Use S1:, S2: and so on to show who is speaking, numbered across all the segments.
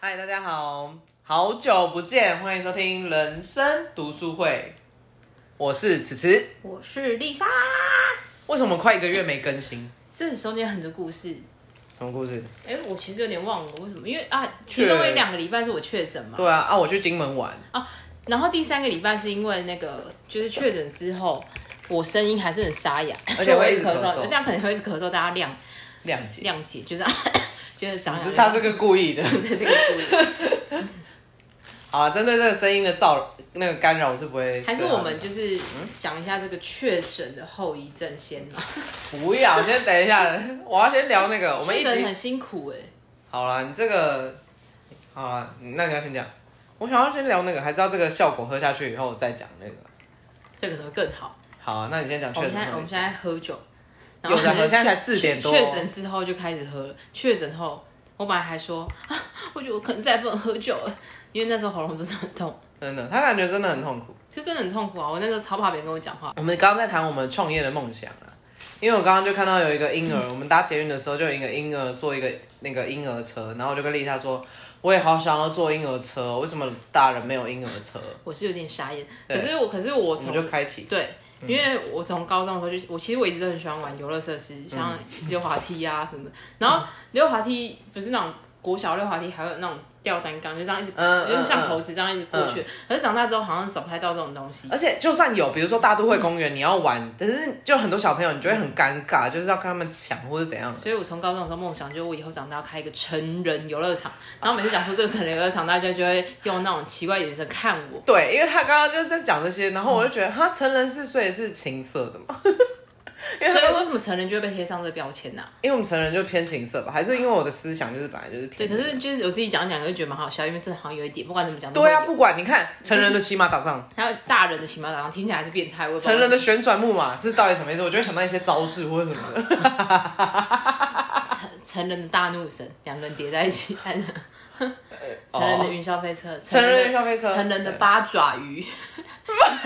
S1: 嗨，大家好，好久不见，欢迎收听人生读书会，我是此慈。
S2: 我是丽莎。
S1: 为什么快一个月没更新？
S2: 这中间很多故事，
S1: 什么故事？
S2: 哎、我其实有点忘了为什么，因为啊，其中有两个礼拜是我确诊嘛，
S1: 对啊，啊，我去金门玩，
S2: 然后第三个礼拜是因为那个就是确诊之后，我声音还是很沙哑，
S1: 而且会一
S2: 会
S1: 直
S2: 咳
S1: 咳嗽
S2: 嗽，这样可能会一直咳嗽，大家谅
S1: 谅解。
S2: 谅解，就是啊 就是长
S1: 就是啊
S2: 哑
S1: 他这个故意的。
S2: 在这个故事，
S1: 好啊，针对这个声音的噪那个干扰，我是不会。啊
S2: 还是我们就是讲一下这个确诊的后遗症先嘛，
S1: 不要，先等一下， 我要先聊那个，我们一
S2: 确诊很
S1: 起。
S2: 辛苦哎、
S1: 好啦，你这个，好啦，那你要先讲。我想要先聊那个，还知道这个效果喝下去以后再讲那个。
S2: 这个可能会更好。
S1: 好啊，那你先讲
S2: 我
S1: 确
S2: 们
S1: 诊
S2: 现哦在我
S1: 后
S2: 们
S1: 遗
S2: 现
S1: 症。
S2: 在喝酒，然
S1: 有
S2: 后
S1: 的喝
S2: 就是
S1: 现在才
S2: 确
S1: 4点多
S2: 确诊之后就开始喝了，确诊后我本来还说啊，我觉得我可能再也不能喝酒了，因为那时候喉咙真的很痛，
S1: 真的，他感觉真的很痛苦。
S2: 就真的很痛苦啊！我那时候超怕别人跟我讲话，
S1: 我们刚刚在谈我们创业的梦想啊，因为我刚刚就看到有一个婴儿，我们搭捷运的时候就有一个婴儿坐一个那个婴儿车，然后我就跟丽莎说，我也好想要坐婴儿车，为什么大人没有婴儿车？
S2: 我是有点傻眼。
S1: 对嗯
S2: 可是我，可是我
S1: 我们
S2: 从
S1: 就开启，
S2: 对，因为我从高中的时候就，我其实我一直都很喜欢玩游乐设施，像
S1: 嗯
S2: 溜滑梯啊什么的。然后溜滑梯不是那种国小溜滑梯，还有那种吊单杠，就这样一直，
S1: 嗯
S2: 就是
S1: 嗯
S2: 像
S1: 嗯
S2: 猴子这样一直过去。可是长大之后好像找不太到这种东西。
S1: 嗯而且就算有，比如说大都会公园你要玩，但是就很多小朋友你就会很尴尬，就是要跟他们抢或者怎样。
S2: 所以我从高中的时候梦想就是我以后长大要开一个成人游乐场，然后每次讲出这个成人游乐场，大家就会用那种奇怪眼神看 我。
S1: 对，因为他刚刚就是在讲这些，然后我就觉得，哈，成人是所以是情色的 嘛，因为
S2: 所
S1: 他
S2: 以
S1: 们
S2: 为什么成人就会被贴上这个标签呢、啊？
S1: 因为我们成人就偏情色吧，还是因为我的思想就是本来就是
S2: 对，
S1: 偏
S2: 可是就是我自己讲一讲，就觉得蛮好笑，因为真的好像有一点，不管怎么讲，
S1: 对啊，
S2: 都会有
S1: 不管你看成人的骑马打仗，
S2: 还有大人的情报打仗听起来还是变态，我也不知道
S1: 成人的旋转木马是到底什么意思？我就会想到一些招式或者什 么的。
S2: 成人的大怒神，两个人叠在一起， 还有成人的云霄飞车，
S1: 成
S2: 哦成
S1: 人的云
S2: 人的
S1: 霄飞车，
S2: 成人的八爪鱼，
S1: 八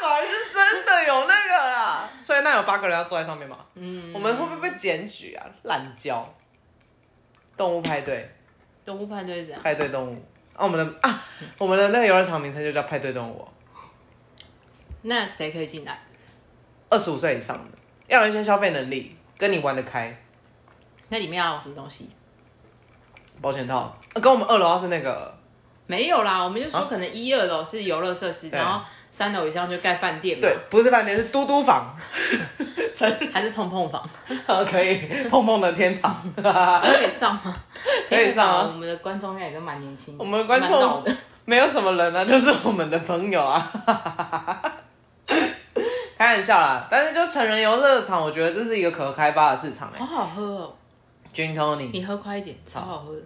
S1: 爪鱼是真的有那个啦，所以那有八个人要坐在上面嘛？嗯，我们会不会被检举啊？滥交，动物派对，
S2: 动物派对是这样。
S1: 派对动物。啊，我们的啊，我们的那个游乐场名称就叫派对动物哦，
S2: 那谁可以进来？
S1: 二十五岁以上的要有一些消费能力，跟你玩得开，
S2: 那里面要有什么东西？
S1: 保险套、啊跟我们二楼要是那个
S2: 没有啦，我们就
S1: 啊
S2: 说可能一二楼是游乐设施，
S1: 对
S2: 然后三楼以上就盖饭店嘛，
S1: 对，不是饭店是嘟嘟房，
S2: 还是碰碰房，
S1: 呃，可以碰碰的天堂。
S2: 这可以上吗？
S1: 可以上啊
S2: 我们的观众应该也都蛮年轻的，
S1: 我们的观众
S2: 蛮老的，
S1: 没有什么人啊，就是我们的朋友啊。 开玩笑啦，但是就成人游乐场，我觉得这是一个可开发的市场哎、
S2: 好好喝哦，
S1: Gin Tony，
S2: 你喝快一点，超好喝的。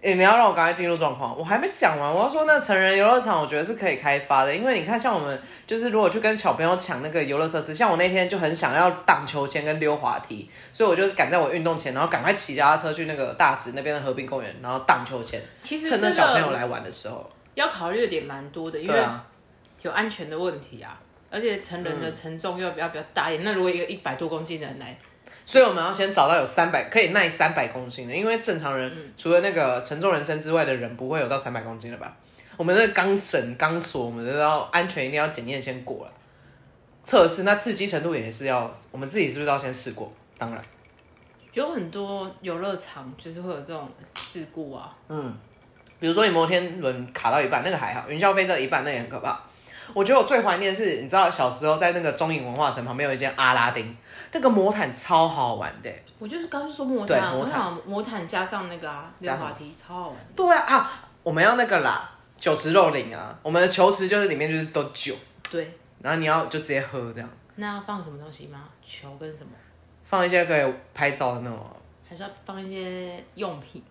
S1: 欸你要让我赶快进入状况，我还没讲完。我要说，那成人游乐场，我觉得是可以开发的，因为你看，像我们就是如果去跟小朋友抢那个游乐设施，像我那天就很想要荡秋千跟溜滑梯，所以我就是赶在我运动前，然后赶快骑脚踏车去那个大直那边的河滨公园，然后荡秋千，
S2: 其实
S1: 趁着
S2: 这
S1: 小朋友来
S2: 个
S1: 玩的时候。
S2: 要考虑的点蛮多的，因
S1: 对
S2: 为
S1: 啊，嗯
S2: 有安全的问题啊，而且成人的承重又比较比较大一点。那如果一个一百多公斤的人来，
S1: 所以我们要先找到有三百可以耐三百公斤的，因为正常人、除了那个沉重人生之外的人，不会有到三百公斤的吧？我们那个钢绳、钢索，我们都要安全，一定要检验先过了测试。那刺激程度也是要，我们自己是不是都要先试过？当然，
S2: 有很多游乐场就是会有这种事故啊。
S1: 比如说你摩天轮卡到一半，那个还好；云霄飞车一半，那也很可怕。我觉得我最怀念的是，你知道小时候在那个中影文化城旁边有一间阿拉丁，那个魔毯超好玩的欸、
S2: 我就是刚刚说魔毯啊，
S1: 对魔
S2: 我
S1: 毯
S2: 想魔毯加上那个啊
S1: 加
S2: 溜
S1: 什么
S2: 滑梯，超好玩。
S1: 对啊啊，我们要那个啦，酒池肉林啊，我们的球池就是里面就是都酒，
S2: 对，
S1: 然后你要就直接喝这样，
S2: 那要放什么东西吗？球跟什么？
S1: 放一些可以拍照的那种。
S2: 还是要放一些用品？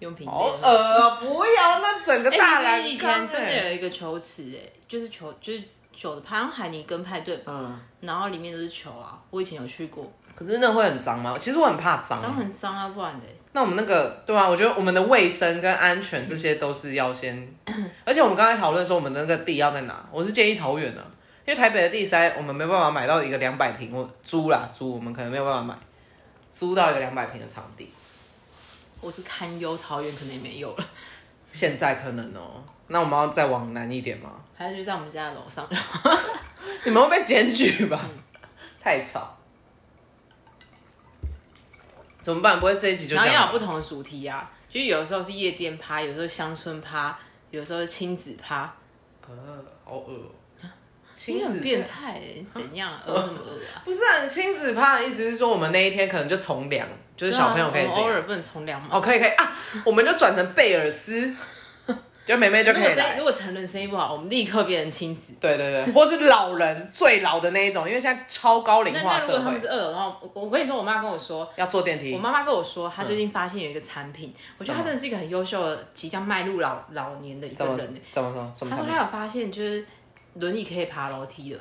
S2: 用品类
S1: 好
S2: 的
S1: 恶、啊，不要那整个
S2: 哎、
S1: 大
S2: 其实
S1: 蓝缸、
S2: 以前
S1: 欸。
S2: 真的有一个球池、哎，就是球，就是酒的，好像海尼根派对吧？
S1: 嗯，
S2: 然后里面都是球啊，我以前有去过，
S1: 可是那会很脏吗？其实我很怕
S2: 当
S1: 脏。
S2: 然脏啊，不然的、
S1: 那我们那个对啊，我觉得我们的卫生跟安全这些都是要 先，而且我们刚才讨论说我们的那个地要在哪，我是建议桃园啊，因为台北的地实在我们没办法买到一个两百平，我租啦租，我们可能没有办法买，租到一个两百平的场地。
S2: 我是堪忧桃园可能也没有了，
S1: 现在可能哦。那我们要再往南一点吗？
S2: 还是就在我们家的楼上。
S1: 你们会被检举吧？ 太吵。怎么办？不会这一集就
S2: 然
S1: 这
S2: 后要有
S1: 样
S2: 不同的主题啊，就是有时候是夜店趴，有时候乡村趴，有时候是亲子趴。
S1: 吧？呃，好恶哦。
S2: 你
S1: 亲
S2: 很
S1: 子
S2: 变态、欸，怎样啊？饿什么饿啊？
S1: 不是啊，亲子趴的意思是说我们那一天可能就从良， 就是小朋友可以
S2: 对啊
S1: 这
S2: 我们偶
S1: 样。
S2: 尔不能从良嘛。
S1: 哦，可以可以啊，我们就转成贝尔 斯，就妹妹就
S2: 如
S1: 可
S2: 果
S1: 以
S2: 生意
S1: 来
S2: 如。果成人生意不好，我们立刻变成亲子。
S1: 对对对，或是老人最老的那一种，因为现在超高龄
S2: 那
S1: 化
S2: 那如果
S1: 社
S2: 他
S1: 会
S2: 们，是二楼的话，我我跟你说，我妈跟我说，
S1: 要坐电梯。
S2: 我妈妈跟我说，她最近发现有一个产品，我觉得
S1: 什么
S2: 她真的是一个很优秀的，即将迈入老老年的一个
S1: 怎么
S2: 人、
S1: 怎么
S2: 欸。
S1: 怎么怎么
S2: 她
S1: 产
S2: 说
S1: 品？
S2: 她有发现，就是轮椅可以爬楼梯的。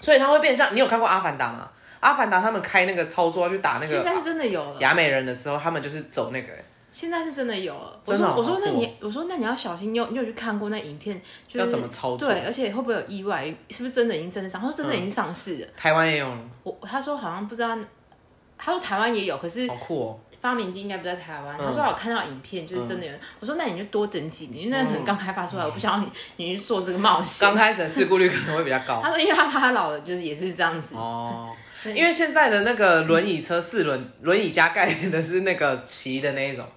S1: 所以它会变像你有看过《阿凡达》吗？《阿凡达》他们开那个操作去打那
S2: 现在
S1: 个
S2: 是真的有了，
S1: 雅美人的时候，他们就是走那个、欸
S2: 现在是真的有了。我
S1: 真的哦
S2: 说我说
S1: 好
S2: 那
S1: 酷
S2: 你我说那你要小心，你有你有去看过那影片，就
S1: 要
S2: 是
S1: 怎么操作
S2: 对，而且会不会有意外？是不是真的已经真的上？他说真的已经上市了。
S1: 台湾也有了，
S2: 我他说好像不知道，他说台湾也有，可是
S1: 好酷哦、
S2: 发明地应该不在台湾。
S1: 嗯
S2: 他说我看到影片，就是真的有人。我说那你就多等几年，因为那可能刚开发哎出来，我不想要你 你去做这个冒险
S1: 刚。开始的事故率可能会比较高
S2: 他说因为他怕他老了，就是也是这样子。
S1: 哦。因为现在的那个轮椅车四轮轮椅加盖的是那个骑的那一种，
S2: 嗯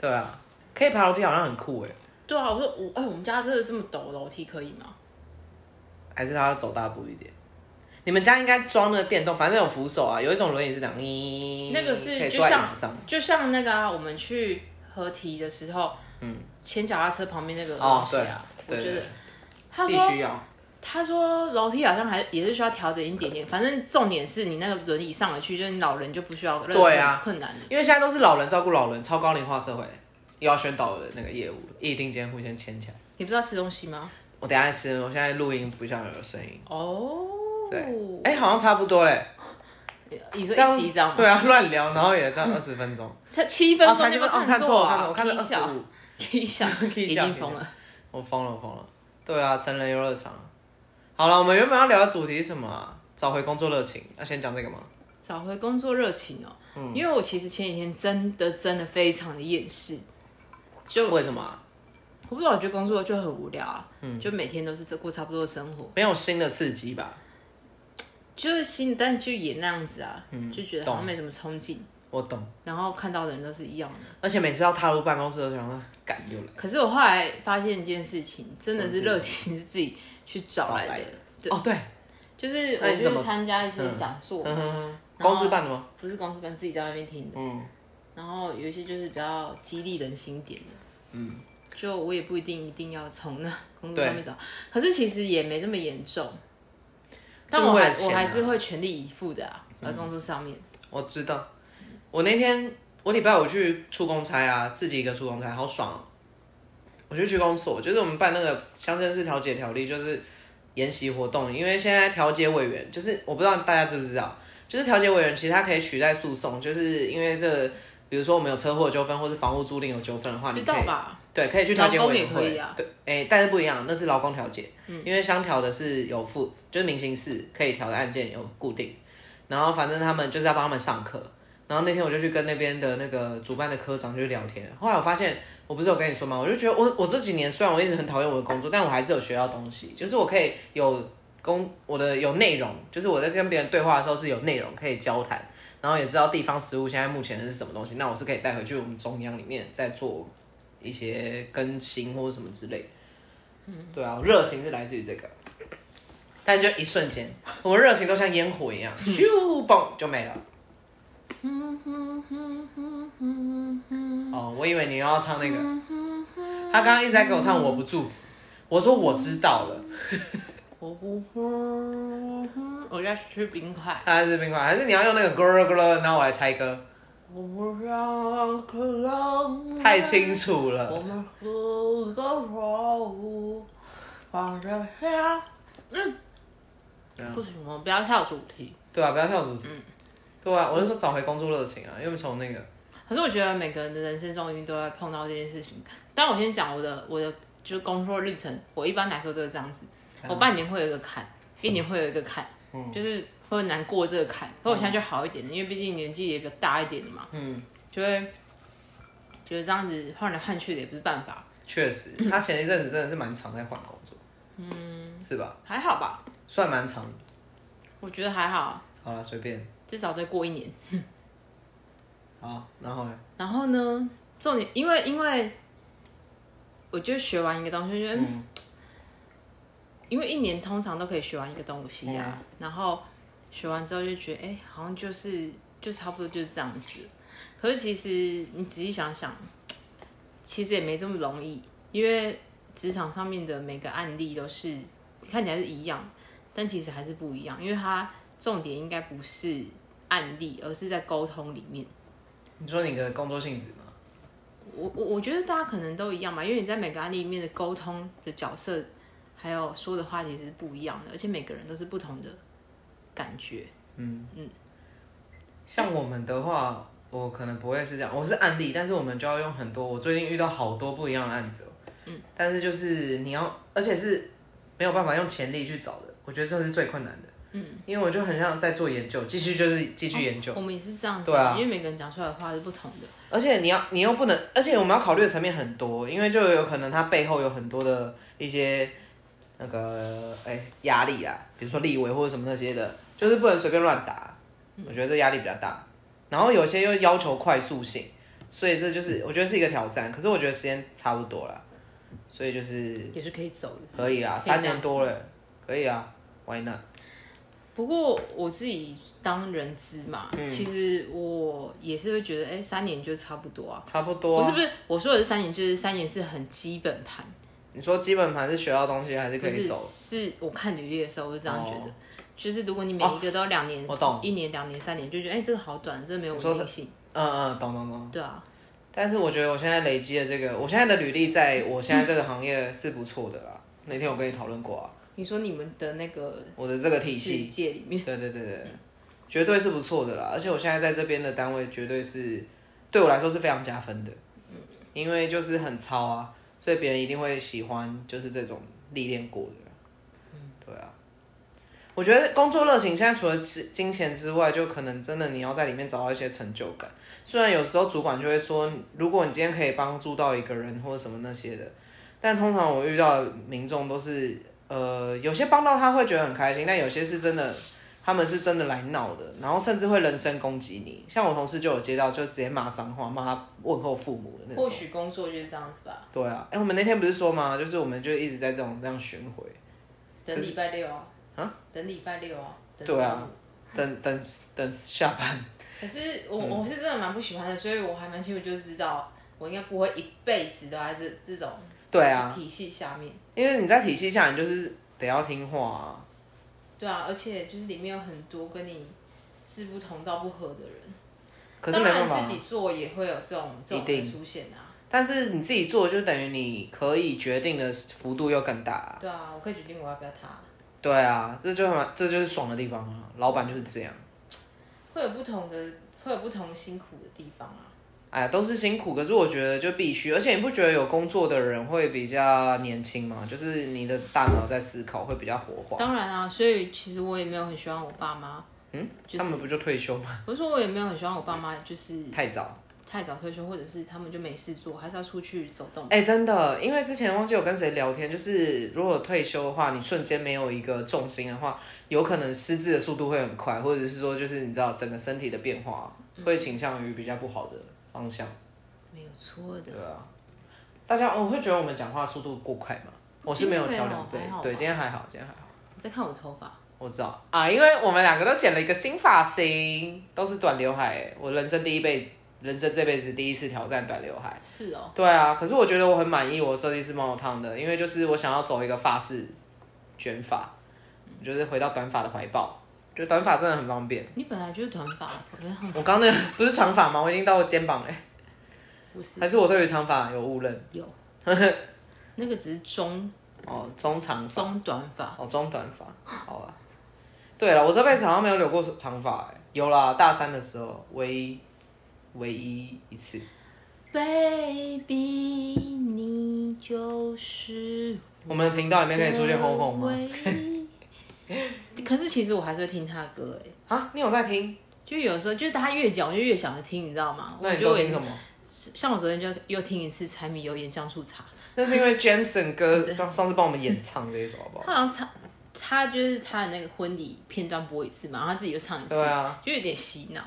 S1: 对啊，可以爬楼梯好像很酷哎，
S2: 对啊，我说我哎，我们家真的这么陡楼梯可以吗？
S1: 还是他要走大步一点。你们家应该装那个电动，反正有扶手啊，有一种轮椅是两咦，
S2: 那个是
S1: 可以
S2: 就
S1: 坐在椅
S2: 像
S1: 子上，
S2: 就像那个啊，我们去合体的时候，嗯，牵脚踏车旁边那个
S1: 哦
S2: 东西啊，我
S1: 对对
S2: 觉得
S1: 对
S2: 他
S1: 必
S2: 说
S1: 须要。
S2: 他说楼梯好像还也是需要调整一点点，反正重点是你那个轮椅上得去，就是你老人就不需要任何
S1: 对啊
S2: 困难了。
S1: 因为现在都是老人照顾老人，超高龄化社会，又要宣导的那个业务，一定监护先牵起来。
S2: 你不知道吃东西吗？
S1: 我等一下再吃，我现在录音不像有声音。
S2: 哦，
S1: 对，哎、好像差不多嘞。
S2: 你
S1: 这样
S2: 说一集这样吗？
S1: 对啊，乱聊，然后也到二十分钟。
S2: 才七 分
S1: 才
S2: 钟
S1: 七
S2: 就
S1: 分
S2: 被
S1: 哦看
S2: 错
S1: 错了，我看了二
S2: 踢
S1: 十
S2: 笑，
S1: 五，
S2: 踢笑，
S1: 踢
S2: 已
S1: 笑
S2: 经疯了。
S1: 我疯了，我疯了。对啊，成人游乐场。好了，我们原本要聊的主题是什么啊？找回工作热情，要先讲这个吗？
S2: 找回工作热情哦，
S1: 嗯
S2: 因为我其实前几天真的真的非常的厌世，
S1: 就为什么啊、
S2: 我不知道，我觉得工作就很无聊啊，
S1: 嗯
S2: 就每天都是这过差不多的生活，
S1: 没有新的刺激吧？
S2: 就是心，但就也那样子啊，就觉得好像没什么冲劲，
S1: 我嗯懂，
S2: 然后看到的人都是一样的。
S1: 而且每次要踏入办公室的时候，感又来。
S2: 可是我后来发现一件事情，真的是热情是自己去找来
S1: 找来
S2: 的
S1: 的，
S2: 对，
S1: 哦，对，
S2: 就是
S1: 那
S2: 我
S1: 你怎么
S2: 去参加一些讲座，
S1: 嗯哼，
S2: 然后
S1: 公司办的吗？
S2: 不是公司班自己在外面听的，
S1: 嗯
S2: 然后有一些就是比较激励人心点的，嗯，就我也不一定一定要从那工作上面找，可是其实也没这么严重，但我
S1: 就是为
S2: 还、
S1: 了钱啊
S2: 我还是会全力以赴的啊，在工作上面，
S1: 我知道，我那天我礼拜五去出公差啊，自己一个出公差，好爽、哦。我去区公所，就是我们办那个乡镇市调解条例，就是研习活动。因为现在调解委员，就是我不知道大家知不知道，就是调解委员其实它可以取代诉讼，就是因为这个比如说我们有车祸纠纷，或是房屋租赁有纠纷的话，你
S2: 知
S1: 可以
S2: 道吧？
S1: 对，可以去调解
S2: 劳工
S1: 委员
S2: 也
S1: 会。
S2: 可以啊嗯
S1: 对，哎、但是不一样，那是劳工调解，因为相调的是有附，就是明星四可以调的案件有固定，然后反正他们就是要帮他们上课。然后那天我就去跟那边的那个主办的科长就聊天，后来我发现，我不是有跟你说吗？我就觉得我我这几年虽然我一直很讨厌我的工作，但我还是有学到东西，就是我可以有工我的有内容，就是我在跟别人对话的时候是有内容可以交谈，然后也知道地方食物现在目前是什么东西，那我是可以带回去我们中央里面再做一些更新或者什么之类。嗯，对啊，热情是来自于这个，但就一瞬间，我们热情都像烟火一样，咻嘣就没了。哦，我以为你又要唱那个，他刚刚一直在给我唱《我不住》，我说我知道了，
S2: 我不会，我要吃冰块。
S1: 他还是冰块，还是你要用那个咕噜咕噜，然后我来猜歌，
S2: 我不想可能
S1: 太清楚了
S2: 我。们喝一个手，放着下。嗯，不行，我们不要跳主题。
S1: 对啊，不要跳主题。对啊，我是说找回工作热情啊，因为从那个
S2: 可是我觉得每个人的人生中一定都会碰到这件事情。但我先讲我的我的就是工作历程，我一般来说都是这样子，我半年会有一个坎，一年会有一个坎，就是会难过这个坎。可我现在就好一点，因为毕竟年纪也比较大一点了嘛。
S1: 嗯，
S2: 就会觉得这样子换来换去的也不是办法，
S1: 确实，他前一阵子真的是蛮常在换工作，嗯，是吧？
S2: 还好吧，
S1: 算蛮长的。
S2: 我觉得还好，
S1: 好了，随便。
S2: 至少再过一年。
S1: 好，然后呢？
S2: 然后呢，重点因为因为我就学完一个东西，就觉得、嗯因为一年通常都可以学完一个东西啊，然后学完之后就觉得，哎、好像就是就差不多就是这样子。可是其实你仔细想想，其实也没这么容易，因为职场上面的每个案例都是看起来是一样，但其实还是不一样，因为它重点应该不是案例，而是在沟通里面。
S1: 你说你的工作性质吗？
S2: 我我我觉得大家可能都一样吧，因为你在每个案例里面的沟通的角色，还有说的话其实是不一样的，而且每个人都是不同的感觉。
S1: 像我们的话，我可能不会是这样，我是案例，但是我们就要用很多。我最近遇到好多不一样的案子、哦，嗯，但是就是你要，而且是没有办法用潜力去找的，我觉得这是最困难的，嗯，哦因为我就很像在做研究，继续就是继续研究，
S2: 我们也是这样子，
S1: 对啊
S2: 因为每个人讲出来的话是不同的。
S1: 而且你要你又不能，而且我们要考虑的层面很多，因为就有可能它背后有很多的一些那个哎压、力啊，比如说立委或者什么那些的，就是不能随便乱打，我觉得这压力比较大。然后有些又要求快速性，所以这就是我觉得是一个挑战。可是我觉得时间差不多了，所以就是
S2: 也是可以走的。
S1: 可以啦，啊
S2: 可以这
S1: 三
S2: 样
S1: 年多了，可以啊，Why not？
S2: 不过我自己当人资嘛，其实我也是会觉得，哎、三年就差不多啊。
S1: 差不多啊。
S2: 不是不是，我说的是三年，就是三年是很基本盘，
S1: 你说基本盘是学到东西还是可
S2: 不
S1: 以
S2: 是
S1: 走？
S2: 是我看履历的时候我是这样觉得，
S1: 哦
S2: 就是如果你每一个都要两年、
S1: 我懂
S2: 一年、两年、三年，就觉得哎、这个好短，这个没有
S1: 你说
S2: 稳定性，
S1: 嗯嗯，懂懂懂。
S2: 对啊，
S1: 但是我觉得我现在累积的这个，我现在的履历，在我现在这个行业是不错的啦。那天我跟你讨论过啊，
S2: 你说你们的那个
S1: 我的这个体
S2: 世
S1: 系，
S2: 界里面，
S1: 对对对对，绝对是不错的啦。而且我现在在这边的单位，绝对是对我来说是非常加分的，因为就是很超啊，所以别人一定会喜欢，就是这种历练过的。对啊，我觉得工作热情现在除了金金钱之外，就可能真的你要在里面找到一些成就感。虽然有时候主管就会说，如果你今天可以帮助到一个人或者什么那些的，但通常我遇到的民众都是，呃，有些帮到他会觉得很开心，但有些是真的，他们是真的来闹的，然后甚至会人身攻击你。像我同事就有接到，就直接骂脏话，骂他问候父母的那种
S2: 或。许工作就是这样子吧。
S1: 对啊，哎、我们那天不是说吗？就是我们就一直在这种这样巡回。
S2: 等礼拜六啊，
S1: 啊，
S2: 等礼拜六啊，等
S1: 对啊
S2: 周五。
S1: 等等等下班，
S2: 可是
S1: 嗯
S2: 我、我是真的蛮不喜欢的，所以我还蛮清楚，就知道我应该不会一辈子都在这这种
S1: 对啊，
S2: 体系下面。
S1: 因为你在体系下，你就是得要听话啊。
S2: 对啊，而且就是里面有很多跟你志不同道不合的人，
S1: 可是
S2: 当
S1: 没办
S2: 然
S1: 法啊，
S2: 自己做也会有这种这
S1: 一
S2: 种
S1: 定
S2: 人出现啊。
S1: 但是你自己做，就等于你可以决定的幅度又更大、啊。
S2: 对啊，我可以决定我要不要他，
S1: 对啊，这就蛮这就是爽的地方啊。老板就是这样，
S2: 会有不同的，会有不同辛苦的地方啊。
S1: 哎呀，都是辛苦，可是我觉得就必须。而且你不觉得有工作的人会比较年轻吗？就是你的大脑在思考会比较活化。
S2: 当然啊，所以其实我也没有很喜欢我爸妈，
S1: 嗯，
S2: 就是
S1: 他们不就退休吗？
S2: 我是说我也没有很喜欢我爸妈，就是
S1: 太早。
S2: 太早退休，或者是他们就没事做，还是要出去走动。
S1: 哎、真的，因为之前忘记我跟谁聊天，就是如果退休的话，你瞬间没有一个重心的话，有可能失智的速度会很快，或者是说就是你知道整个身体的变化
S2: 嗯
S1: 会倾向于比较不好的方向。
S2: 没有错的
S1: 对。啊，大家我会觉得我们讲话速度过快吗？我是没有调两倍
S2: 今天没有还好，吧
S1: 对，今天还好，今天还好。
S2: 你在看我头发，
S1: 我知道啊，因为我们两个都剪了一个新发型，都是短刘海、我人生第一辈，人生这辈子第一次挑战短刘海。
S2: 是哦，
S1: 对啊，可是我觉得我很满意我设计师帮我烫的，因为就是我想要走一个发式卷发，就是回到短发的怀抱。觉得短发真的很方便。
S2: 你本来就是短发，我觉得很
S1: 我刚那个不是长发吗？我已经到肩膀了，
S2: 不是
S1: 还是我对于长发有误认？
S2: 有，那个只是中
S1: 哦，中长发，
S2: 中短发，
S1: 哦，中短发，好吧。对啊了，我这辈子好像没有留过长发，哎有啦，大三的时候唯一唯一一次。
S2: baby，你就是
S1: 我们的频道里面可以出现红
S2: 嗯
S1: 红吗？
S2: 唯一可是其实我还是会听他的歌哎，
S1: 啊，你有在听？
S2: 就有时候就是他越讲，我就越想着听，你知道吗？
S1: 那
S2: 我
S1: 你
S2: 就
S1: 都
S2: 也
S1: 听什么？
S2: 像我昨天就又听一次柴米油盐酱醋茶，
S1: 那是因 为 Jameson 哥刚上次帮我们演唱这一首，好不好？
S2: 他好像唱他就是他的那个婚礼片段播一次嘛，然后他自己就唱一次，
S1: 对啊
S2: 就有点洗脑。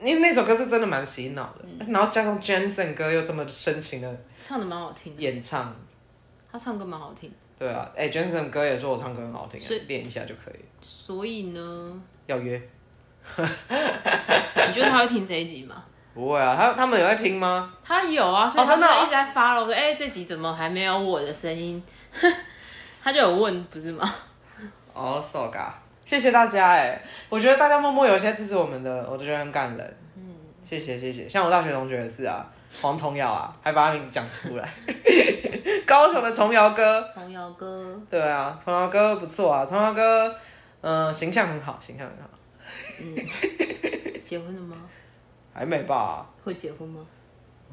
S1: 因为那首歌是真的蛮洗脑的，
S2: 嗯
S1: 然后加上 Jameson 哥又这么深情的
S2: 唱的蛮好听的，
S1: 演唱，
S2: 他唱歌蛮好听的。
S1: 对啊，哎、j a m e s o n 哥也说我唱歌很好听啊
S2: 所以，
S1: 练一下就可以。
S2: 所以呢，
S1: 要约？
S2: 你觉得他会听这一集吗？
S1: 不会啊，他他们有在听吗？
S2: 他有啊，所以
S1: 哦
S2: 他
S1: 真的啊
S2: 就一直在发了。我说，哎、这集怎么还没有我的声音？ 他就有问，不是吗？
S1: 哦、s o ga，谢谢大家哎、我觉得大家默默有些支持我们的，我都觉得很感人。嗯，谢谢谢谢，像我大学同学也是啊，黄崇尧啊，还把他名字讲出来， 高雄的崇尧哥，
S2: 童谣哥，
S1: 对啊，崇尧哥不错啊，崇尧哥，嗯、形象很好，形象很好，
S2: 结婚了吗？
S1: 还没吧？
S2: 会结婚吗？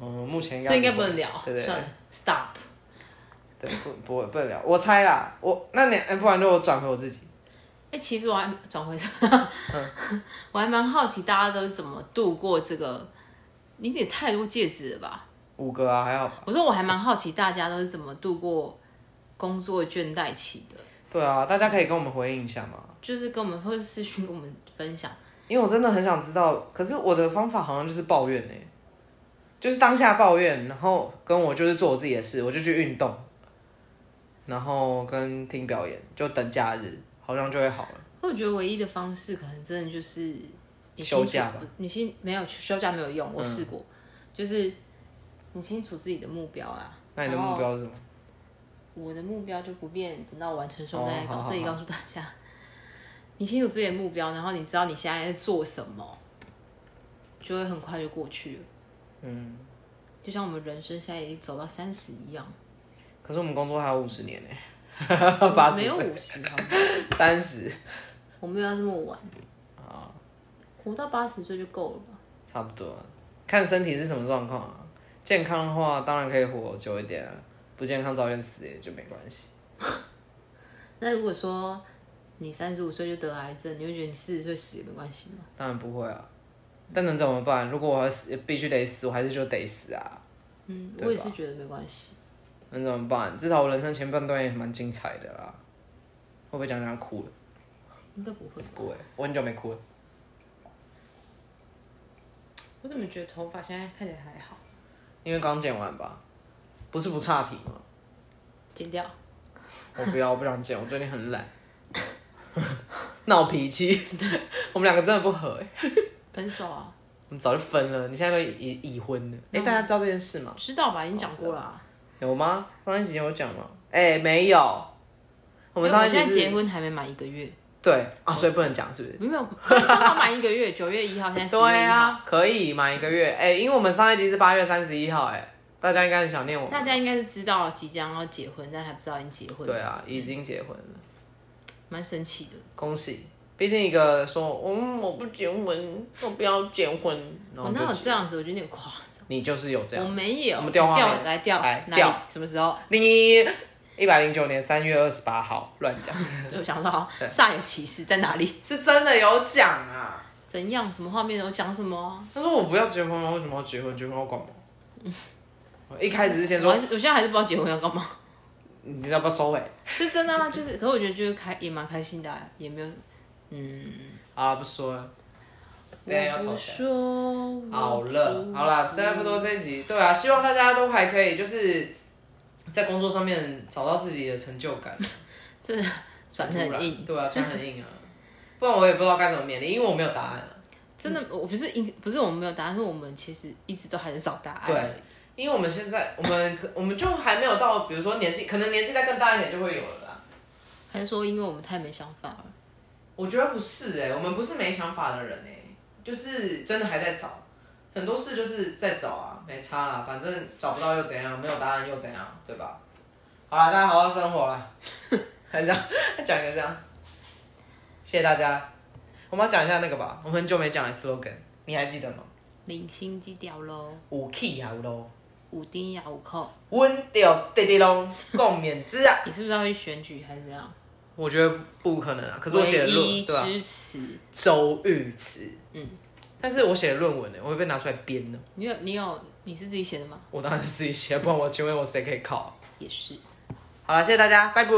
S1: 嗯，目前应该
S2: 这应该不能聊，
S1: 对对对
S2: 算了，stop。
S1: 对，不不会不能聊，我猜啦，我那你、哎不然就我转回我自己，
S2: 哎、其实我还转回，
S1: 嗯
S2: 我还蛮好奇大家都怎么度过这个。你也太多戒指了吧？
S1: 五个啊，还好吧？
S2: 我说我还蛮好奇大家都是怎么度过工作倦怠期的，
S1: 对啊，大家可以跟我们回应一下嘛。
S2: 就是跟我们或者私讯跟我们分享。
S1: 因为我真的很想知道，可是我的方法好像就是抱怨哎、就是当下抱怨，然后跟我就是做我自己的事，我就去运动，然后跟听表演，就等假日，好像就会好了。
S2: 我觉得唯一的方式可能真的就是你
S1: 休假嗯
S2: 清楚，你先没有休假没有用，我试过，就是你清楚自己的目标啦。
S1: 那你的目标是什么？
S2: 我的目标就不变，等到我完成时候再
S1: 哦
S2: 搞。
S1: 好好
S2: 所以告诉大家， 你清楚自己的目标，然后你知道你现在在做什么，就会很快就过去了。
S1: 嗯，
S2: 就像我们人生现在已经走到三十一样，
S1: 可是我们工作还有五十年呢、欸， 八
S2: 哦没
S1: 十
S2: 有五十，好吗？
S1: 三十
S2: 我没有要这么晚，
S1: 啊，
S2: 活到八十岁就够了吧。
S1: 差不多啊。看身体是什么状况啊。健康的话，当然可以活久一点啊；不健康，早点死也就没关系。
S2: 那如果说你三十五岁就得癌症，你会觉得你四十岁死也没关系吗？
S1: 当然不会啊，但能怎么办？如果我要死，必须得死，我还是就得死啊，
S2: 嗯，
S1: 对吧
S2: 我也是觉得没关系。
S1: 能怎么办？至少我人生前半段也蛮精彩的啦。会不会讲讲哭了？
S2: 应该不会。
S1: 不会，我很久没哭了。
S2: 我怎么觉得头发现在看起来还好？
S1: 因为刚剪完吧，不是不差题吗？
S2: 剪掉。
S1: 我不要，我不想剪，我最近很懒， 闹脾气。 我们两个真的不合、欸，
S2: 分手啊？
S1: 我们早就分了，你现在都已已婚了。哎、大家知道这件事吗？
S2: 知道吧？已经讲过了、啊。
S1: 有吗？上一集有讲吗？哎、没有。我们上一集
S2: 因为我现在
S1: 是
S2: 结婚还没满一个月，
S1: 对啊，所以不能讲，是不是？
S2: 没有刚好满一个 月，九月一号，现在十月
S1: 对
S2: 一号。
S1: 啊，可以满一个月。哎、因为我们上一集是八月三十一号、哎，大家应该很想念我们。
S2: 大家应该是知道即将要结婚，但还不知道已经结婚，
S1: 对啊，已经结婚了，
S2: 蛮神奇的。
S1: 恭喜！毕竟一个说，嗯，我不结婚，我不要结婚，然
S2: 哦
S1: 后，
S2: 那
S1: 就
S2: 我
S1: 结
S2: 这样子，我觉得有点夸张。
S1: 你就是有这
S2: 我
S1: 样。
S2: 没有，
S1: 我们电话
S2: 调
S1: 没
S2: 来调
S1: 来
S2: 哪
S1: 调
S2: 里？什么时 候？
S1: 你一百零九年三月二十八号乱 讲，
S2: 对我想说，好煞有其事，在哪里？
S1: 是真的有讲啊。
S2: 怎样？什么画面？我讲什么啊、
S1: 他说我不要结婚啊，为什么要结婚？结婚要干 嘛？我一开始是先
S2: 我
S1: 说
S2: 还，是我现在还是不知道结婚要 干嘛，
S1: 你要不要收尾
S2: 是真的啊，就是，可是我觉得就是开也蛮开心的啊、也没有什么，嗯，
S1: 啊？不说了，等一下要吵
S2: 我不
S1: 起来。
S2: 说
S1: 好了，好
S2: 了，
S1: 啦，差不多这一集。对啊，希望大家都还可以，就是在工作上面找到自己的成就感。
S2: 这 转的很硬，
S1: 对啊，转很硬啊，不然我也不知道该怎么勉励，因为我没有答案、啊。
S2: 真的，我不是应不是我们没有答案，是我们其实一直都还在找答案而已，
S1: 因为我们现在，我们可我们就还没有到，比如说年纪，可能年纪再更大一点就会有了啦。
S2: 还是说因为我们太没想法了，
S1: 我觉得不是哎、我们不是没想法的人哎、就是真的还在找，很多事就是在找啊，没差啦，反正找不到又怎样，没有答案又怎样，对吧？好啦，大家好好生活啦， 还这样 讲一个这样，谢谢大家。我们要讲一下那个吧，我们很久没讲的 slogan，你还记得吗？
S2: 零星机掉喽，
S1: 有气有咯，
S2: 五丁呀五扣，
S1: 温掉滴滴隆，共勉之啊！
S2: 你是不是要去选举还是怎样？
S1: 我觉得不可能啊，可是我写
S2: 唯
S1: 的论
S2: 一
S1: 对吧、
S2: 支持，
S1: 周玉慈，嗯，但是我写的论文呢，我会被拿出来编的。
S2: 你有你有你是自己写的吗？
S1: 我当然是自己写，不然我请问我谁可以考？
S2: 也是。
S1: 好了，谢谢大家，拜拜。